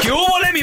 ¿Qué hubo, le, mi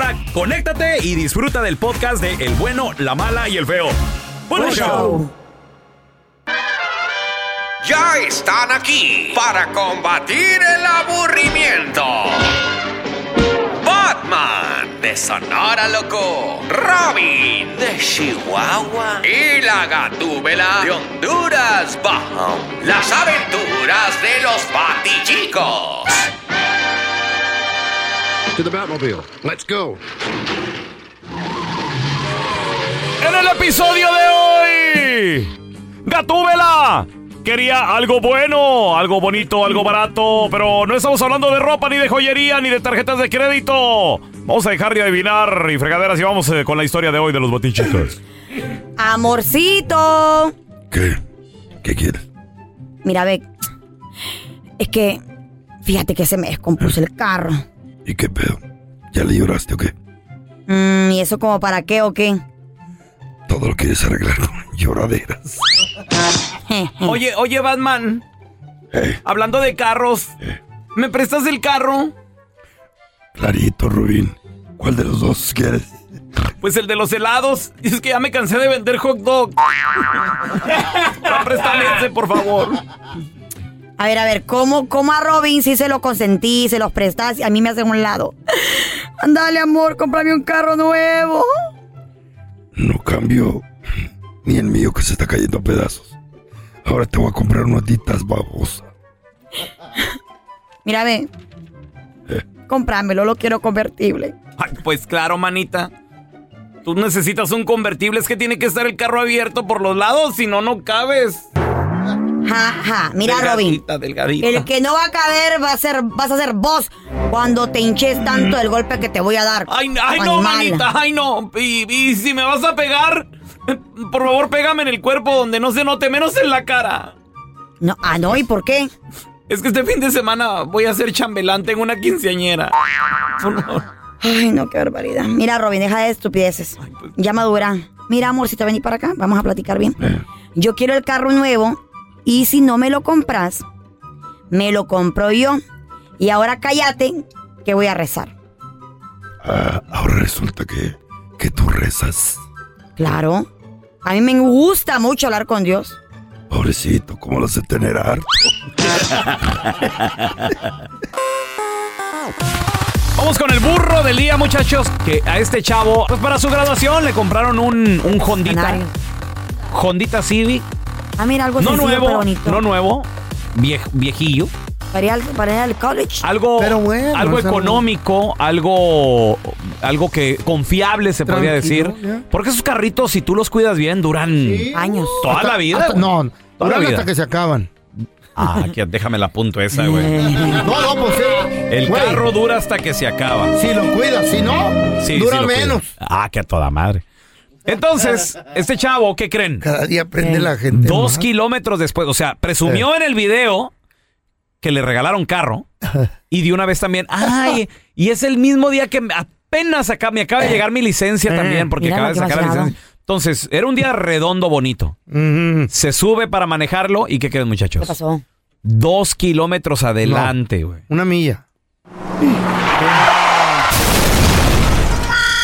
conéctate y disfruta del podcast de El bueno, la mala y el feo. Buen show! ya están aquí para combatir el aburrimiento. Batman de Sonora Loco, Robin de Chihuahua y la Gatúbela de Honduras Bajo. Las aventuras de los Batichicos. to the Batmobile. Let's go. En el episodio de hoy, Gatúbela quería algo bueno, algo bonito, algo barato, pero no estamos hablando de ropa, ni de joyería, ni de tarjetas de crédito. Vamos a dejar de adivinar y fregaderas y vamos eh, con la historia de hoy de los botichicos. Amorcito. ¿Qué? ¿Qué quieres? Mira, ve. Es que fíjate que se me descompuso el carro. ¿Y qué pedo? ¿Ya le lloraste o qué? Mm, ¿Y eso como para qué o qué? Todo lo quieres arreglar con lloraderas. Oye, oye, Batman. Hablando de carros, ¿me prestas el carro? Clarito, Rubín. ¿Cuál de los dos quieres? Pues el de los helados. Es que ya me cansé de vender hot dog. Ya, Préstame ese, por favor. A ver, a ver, ¿cómo, cómo a Robin si se lo consentí, se los prestaste? A mí me hacen un lado. Ándale, amor, cómprame un carro nuevo. No cambio ni el mío que se está cayendo a pedazos. Ahora te voy a comprar unas ditas babosa. Mira, ve. Comprámelo, lo quiero convertible. Ay, pues claro, manita. Tú necesitas un convertible. Es que tiene que estar el carro abierto por los lados, si no, no cabes. Ja, ja. Ah, Mira, Robin. Delgadita, delgadita. El que no va a caber va a ser, vas a ser vos cuando te hinches tanto del golpe que te voy a dar. Ay, ay, no, Animal. manita, ay, no. Y, y si me vas a pegar, por favor, pégame en el cuerpo donde no se note, menos en la cara. No, ah, no, ¿y por qué? Es que este fin de semana voy a ser chambelán, tengo una quinceañera. Por favor. Ay, no, qué barbaridad. Mira, Robin, deja de estupideces. pues. Ya madura. Mira, amor, si te venís para acá, vamos a platicar bien. Eh. Yo quiero el carro nuevo y si no me lo compras, me lo compro yo. Y ahora cállate que voy a rezar. Ah, ahora resulta que, que tú rezas. Claro. A mí me gusta mucho hablar con Dios. Pobrecito, ¿cómo lo hace tener harto? Vamos con el burro del día, muchachos. Que a este chavo, pues para su graduación, le compraron un, un Hondita. Canario. Hondita Civic. Ah, mira, algo No sencillo, pero nuevo, bonito. no nuevo. viej- viejillo. Para ir al, para ir al college. Algo, bueno, algo está económico, algo, algo que confiable se podría Tranquilo, decir. Porque esos carritos, si tú los cuidas bien, duran años. Toda la vida. Hasta- güey. no, toda la duran vida. hasta que se acaban. Ah, aquí, déjame la punto esa, güey. No, no, pues sí. El Güey. carro dura hasta que se acaba. Si lo cuidas, si no, Sí, dura sí lo cuido. menos. Ah, que a toda madre. Entonces, este chavo, ¿qué creen? Eh, Cada día aprende la gente Dos más. kilómetros después, o sea, presumió en el video que le regalaron carro y de una vez también, ay, y es el mismo día que me- apenas acá me acaba de llegar mi Mm, licencia también, porque Eh, mira acaba lo de que sacar la vaciado. licencia. Entonces, era un día redondo bonito. Se sube para manejarlo y ¿qué creen, muchachos? ¿Qué pasó? Dos kilómetros adelante, güey. Una milla.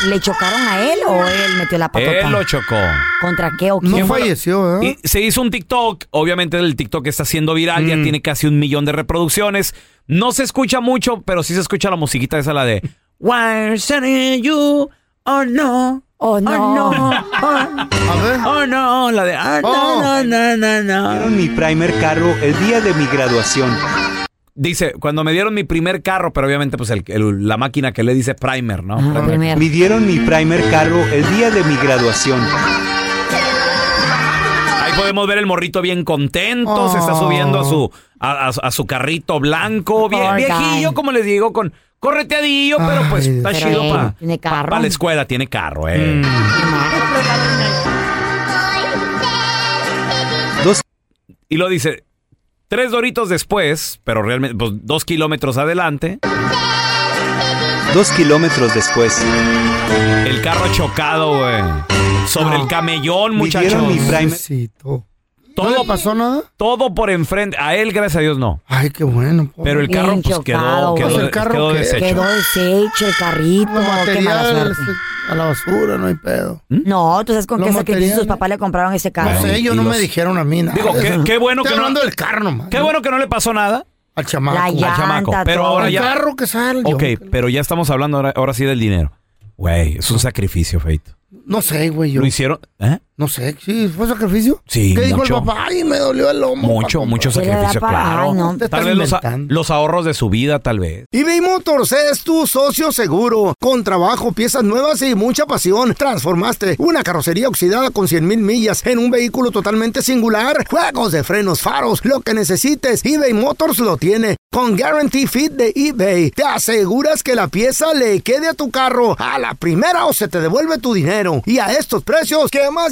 ¿Le chocaron a él o él metió la patota? Él lo chocó. ¿Contra qué o quién? ¿Ah? falleció, ¿eh? Y se hizo un TikTok. Obviamente el TikTok está siendo viral. Ya tiene casi un millón de reproducciones. No se escucha mucho, pero sí se escucha la musiquita esa, la de... Why should you? Oh no. Oh no. Oh no, la de... ah, no, no, no, no, no. Mi primer carro el día de mi graduación. Dice, cuando me dieron mi primer carro, pero obviamente pues el- el- la máquina que le dice primer, ¿no? Primer. Me dieron mi primer carro el día de mi graduación. Ahí podemos ver el morrito bien contento, se está subiendo a su, a, a su- a su carrito blanco, bien, Poor viejillo, guy. como les digo, con correteadillo, pero pues está chido para la escuela, tiene carro, eh. Dos- Y lo dice, tres doritos después, pero realmente, pues, dos kilómetros adelante, Dos kilómetros después. el carro chocado, güey. Sobre el camellón, Me muchachos. dieron mi primer- Todo pasó nada? Todo por enfrente. A él, gracias a Dios, no. Ay, qué bueno. Pero el carro pues, quedó, quedó, Pues el carro quedó que- deshecho. Quedó deshecho el carrito. Qué mala material suerte. este, a la basura, no hay pedo. ¿Mm? No, tú sabes con Los qué sacrificio materiales. sus papás le compraron ese carro. No sé, ellos no me dijeron a mí nada. Digo, qué, qué bueno que no. del carro nomás. Qué bueno que no le pasó nada. Al chamaco. La Al llanta, chamaco. Pero todo. ahora El ya. carro que sale. Ok, pero ya estamos hablando ahora, ahora sí del dinero. Güey, es un sacrificio, Feito. No sé, güey. Yo. ¿Lo hicieron? ¿Eh? No sé, sí, fue sacrificio. Sí, ¿Qué dijo el mucho. papá? Ay, me dolió el lomo. Mucho, mucho sacrificio, claro. Tal vez los, a- los ahorros de su vida, tal vez. eBay Motors es tu socio seguro. Con trabajo, piezas nuevas y mucha pasión, transformaste una carrocería oxidada con 100 mil millas en un vehículo totalmente singular. Juegos de frenos, faros, lo que necesites, eBay Motors lo tiene. Con Guarantee Fit de eBay, te aseguras que la pieza le quede a tu carro a la primera o se te devuelve tu dinero. Y a estos precios, ¿qué más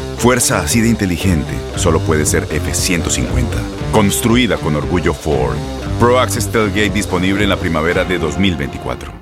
Fuerza así de inteligente solo puede ser F-150. Construida con orgullo Ford. Pro Access Tailgate disponible en la primavera de 2024.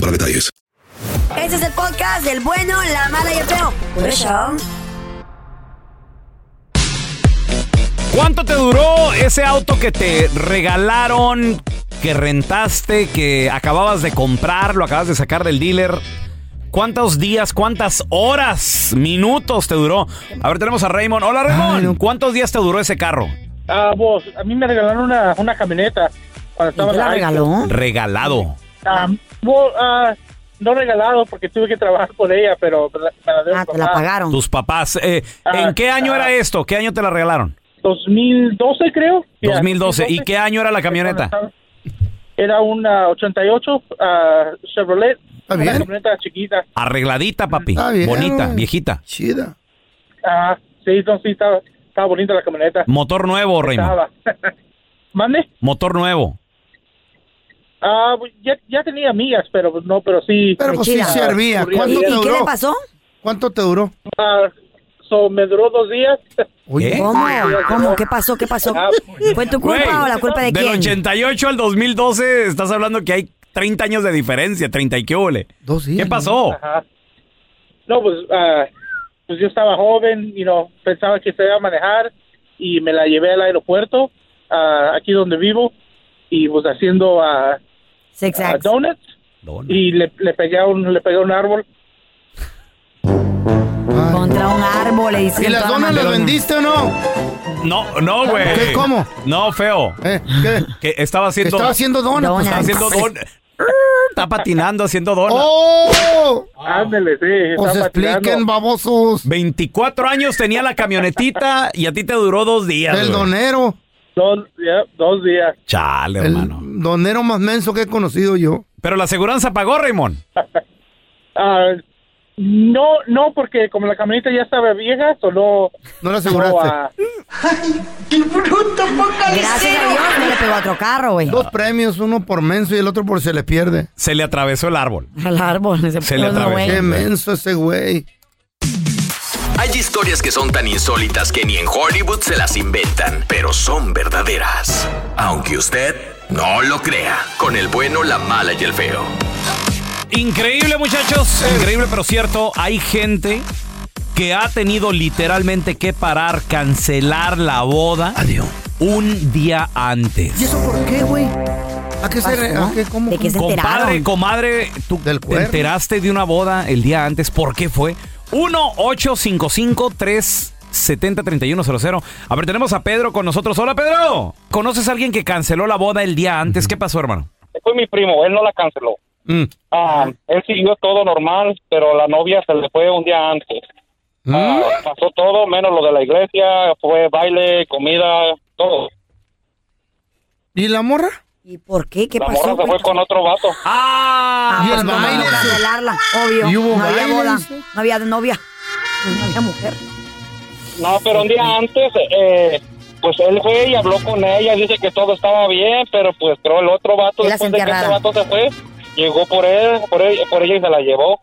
para detalles. Este es el podcast del bueno, la mala y el feo. Por eso. ¿Cuánto te duró ese auto que te regalaron, que rentaste, que acababas de comprar, lo acabas de sacar del dealer? ¿Cuántos días, cuántas horas, minutos te duró? A ver, tenemos a Raymond. Hola, Raymond. ¿Cuántos días te duró ese carro? Ah, vos, a mí me regalaron una, una camioneta cuando estaba en high school. Regalado. Ah, bo- ah, no regalado porque tuve que trabajar por ella, pero me la, me la dio mi papá. Tus papás. Eh, Ah, ¿En qué año era esto? ¿Qué año te la regalaron? 2012 creo. Ya, 2012. ¿Y qué año era la camioneta? Era una 88 ah, Chevrolet, una camioneta chiquita. Arregladita, papi. Está bien, Bonita, güey. viejita. Chida. Ah, sí, no, sí, estaba, estaba bonita la camioneta. Motor nuevo, Raymond. Estaba. ¿Mande? Motor nuevo. Ah, pues, ya, ya tenía amigas, pero pues, no, pero sí. Pero pues sí servía. ¿Cuánto te duró? ¿Cuánto te duró? Ah, so, me duró dos días. Oye. ¿Cómo? ¿Cómo? ¿Qué pasó? ¿Qué pasó? Ah, pues, ¿Fue tu culpa Güey, o la culpa de Del quién? 88 al 2012 estás hablando que hay 30 años de diferencia, 30 y qué ole. ¿Qué pasó? Ajá. No, pues, ah, pues yo estaba joven y no pensaba que se iba a manejar y me la llevé al aeropuerto, ah, aquí donde vivo, y pues haciendo a Exacto. donuts, y le, le pegué a un le pegué a un árbol. Contra un árbol, le ¿Y hicieron las toda donas la las maldad. vendiste o no? No, no, güey. ¿Qué? ¿Cómo? Eh, No, feo. ¿qué? Que estaba haciendo. estaba haciendo donas, pues, Estaba haciendo donas. don- Está patinando haciendo donas. ¡Oh! Ándele, sí. Pues estaba expliquen, tirando. babosos. 24 años tenía la camionetita y a ti te duró dos días. El güey. donero. Dos, dos días. Chale, hermano. Donero más menso que he conocido yo. Pero la aseguranza pagó, Raymond. Ah, no, no, porque como la camioneta ya estaba vieja, solo... ah, No la aseguraste. ¡Qué bruto, Gracias a Dios no le pegó a otro carro, güey. Dos premios, uno por menso y el otro por se le pierde. Se le atravesó el árbol. Al árbol. Se le atravesó. Qué menso ese güey. Hay historias que son tan insólitas que ni en Hollywood se las inventan, pero son verdaderas. Aunque usted no lo crea, con el bueno, la mala y el feo. Increíble, muchachos. Increíble, pero cierto. Hay gente que ha tenido literalmente que parar, cancelar la boda. Un día antes. ¿Y eso por qué, güey? ¿A qué se re- a qué- cómo- cómo? Compadre, comadre, tú te cuerno. enteraste de una boda el día antes. ¿Por qué fue? 1-855-370-3100. A ver, tenemos a Pedro con nosotros. Hola, Pedro. ¿Conoces a alguien que canceló la boda el día antes? ¿Qué pasó, hermano? Fue mi primo, él no la canceló. Ah, él siguió todo normal, pero la novia se le fue un día antes. Ah, pasó todo, menos lo de la iglesia, fue baile, comida, todo. ¿Y la morra? ¿Y por qué? ¿Qué La pasó? morra se güey? fue con otro vato. ¡Ah! Y el no, baile. para cancelarla, obvio. ¿Y hubo no había baile, boda, dice? no había novia, no había mujer. No, pero un día antes, eh, pues él fue y habló con ella, dice que todo estaba bien, pero pues creo el otro vato, Él la después de que este enterrada. vato se fue, llegó por él, por, él- por ella y se la llevó.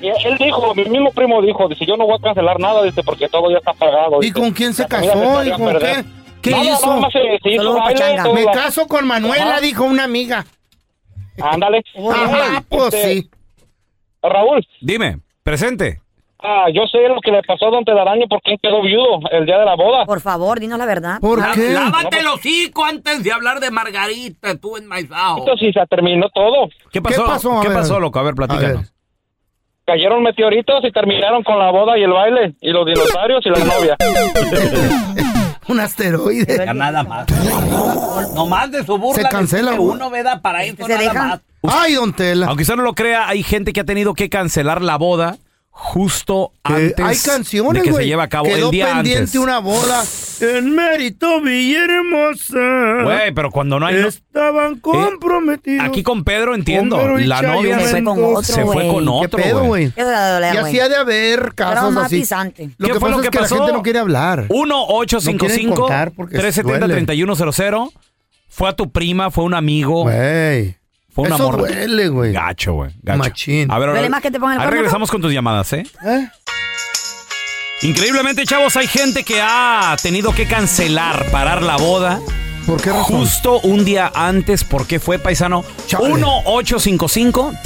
Y él dijo, mi mismo primo dijo, dice, yo no voy a cancelar nada, dice, porque todo ya está pagado. ¿Y dice. con quién se La familia casó? se ¿Y echó a con perder. qué? ¿Qué No, no, hizo? no, más se- se hizo Solo baile, pachanga. todo Me la- caso con Manuela, Ajá. dijo una amiga. Ándale. Ajá, pues Este, sí. Raúl. Dime, presente. Ah, yo sé lo que le pasó a Don Telaraño porque él quedó viudo el día de la boda. Por favor, dinos la verdad. Ah, ¿Por qué? Lávate el hocico antes de hablar de Margarita, tú enmaizado. Entonces, y se terminó todo. ¿Qué pasó? ¿Qué pasó, loco? A ver, platícanos. Cayeron meteoritos y terminaron con la boda y el baile, y los dinosaurios y la novia. Un asteroide. Ya nada más. Nomás de su burla. Se cancela, que güey. uno me da para eso nada más. Ay, don Tela. Aunque usted no lo crea, hay gente que ha tenido que cancelar la boda justo antes Hay de canciones, que güey. se lleva a cabo Quedó el día pendiente antes. una boda. En mérito Villahermosa. Güey, pero cuando no hay... no- Estaban comprometidos. Aquí con Pedro entiendo. Homero y la Chayo novia se, Mendoza. se fue con otro, ¿Qué pedo, güey? Eso era doler, Y así güey. ha de haber casos Trauma así. pisante. Lo ¿Qué que fue pasa lo es que que la pasó? gente no quiere hablar. No quieren contar porque duele. 1-855-370-3100. Fue a tu prima, fue un amigo. Fue una Eso morra. duele, güey. Gacho, güey. Gacho. A ver, a ver, Duele más que te pongan el ahí cuerno, regresamos con tus llamadas, ¿eh? ¿Eh? Increíblemente, chavos, hay gente que ha tenido que cancelar, parar la boda. ¿Por qué Justo un día antes, ¿por qué fue, paisano?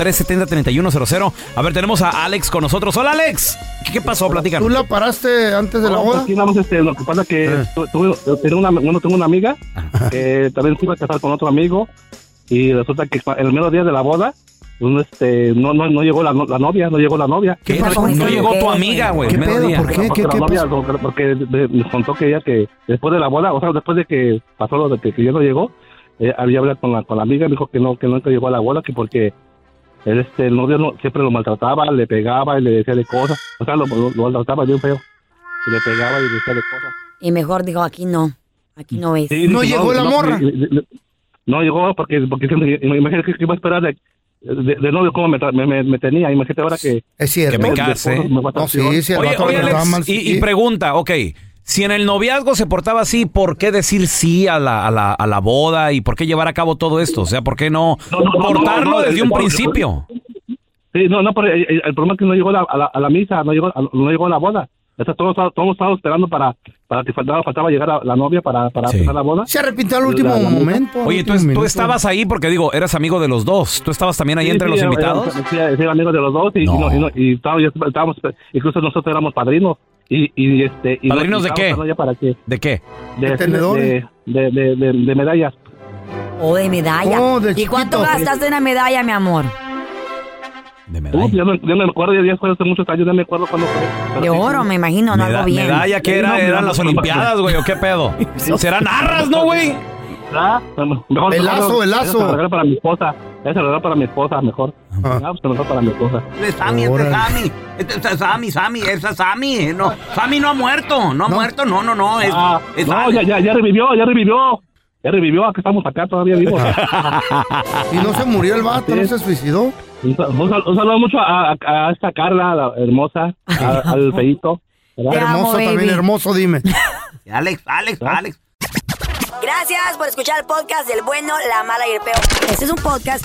1-855-370-3100. A ver, tenemos a Alex con nosotros. Hola, Alex. ¿Qué, qué pasó? Platícanos. ¿Tú la paraste antes de la No, boda? pues sí, nada más, este, lo que pasa que tu- tuve- yo tenía una, bueno, tengo una amiga que también se iba a casar con otro amigo y resulta que pa- el mero día de la boda un, este, no, no, no llegó la, no- la novia, no llegó la novia. ¿Qué pasó? No llegó tu amiga, güey. ¿Qué el mero pedo? día. ¿Por qué? ¿Qué, novia, porque- Porque me- me contó que ella que después de la boda, o sea, después de que pasó lo de que, que yo no llegó, eh, había hablado con la, con la amiga, me dijo que no, que nunca llegó a la boda, que porque él, este, el novio no- siempre lo maltrataba, le pegaba y le decía de cosas, o sea, lo, lo- lo maltrataba bien feo, y le pegaba y le decía de cosas. Y mejor dijo, aquí no, aquí no es. Sí, dije, no, le- le- le- No llegó porque, porque siempre- imagínate que iba a esperar de, de, de novio cómo me, tra- me, me- me tenía, imagínate ahora que... Es cierto. Que me case. Me va a estar Oye, oye, Alex, y, y pregunta, ok. Si en el noviazgo se portaba así, ¿por qué decir sí a la, a la, a la boda y por qué llevar a cabo todo esto? O sea, ¿por qué no cortarlo desde un principio? Sí, no, no, pero el, el problema es que no llegó la- a, la, a la misa, no llegó, a- no llegó a la boda. Entonces, todos, todos estábamos esperando para, para que faltaba, faltaba llegar a la novia para, para empezar la boda. Se arrepintió al último La- la misa. momento. Oye, tú, tú estabas ahí porque digo, eras amigo de los dos. ¿Tú estabas también ahí Sí, entre sí, los era- era- invitados? Sí, era, amigo de los dos y, y no- y no- y estábamos, ya estábamos- incluso nosotros éramos padrinos. Y, y, este, y ¿Padrinos y de estábamos qué? hablando ya para que- ¿De qué? De, ¿De de, tenedores? de- de- de- de medallas. O Oh, de medalla. Oh, ¿Y cuánto gastaste en la medalla, mi amor? Uf, Uh, yo, no, yo no me acuerdo, ya- ya fue hace muchos años, no me acuerdo cuándo fue. pero De sí, oro, sí. me imagino, no Meda- algo bien. Medalla que era, No, eran no, las no, no, Olimpiadas, güey, o qué pedo. ¿Serán arras, no, güey? Ah, bueno, mejor- El lazo, mejor- el ese lazo. se lo regalo para mi esposa. Ese se lo regalo para mi esposa, mejor. Ah, pues se lo regalo para mi esposa. Este es ah, Sammy, este es Sammy. Este es Sammy, Sammy, ese es Sammy. ¿eh? No, Sammy no ha muerto, no ha muerto, no, no, no. Es, Ah, es no, Sammy. ya, ya, ya revivió, ya revivió. Ya revivió, aquí estamos acá todavía vivos. Y no se murió el vato, no se suicidó. Un, sal- un sal- un saludo mucho a, a- a esta Carla, la hermosa, a- al feito. hermoso también, hermoso, dime. Alex, Alex, ¿Ah? Alex. Gracias por escuchar el podcast del bueno, la mala y el peo. Este es un podcast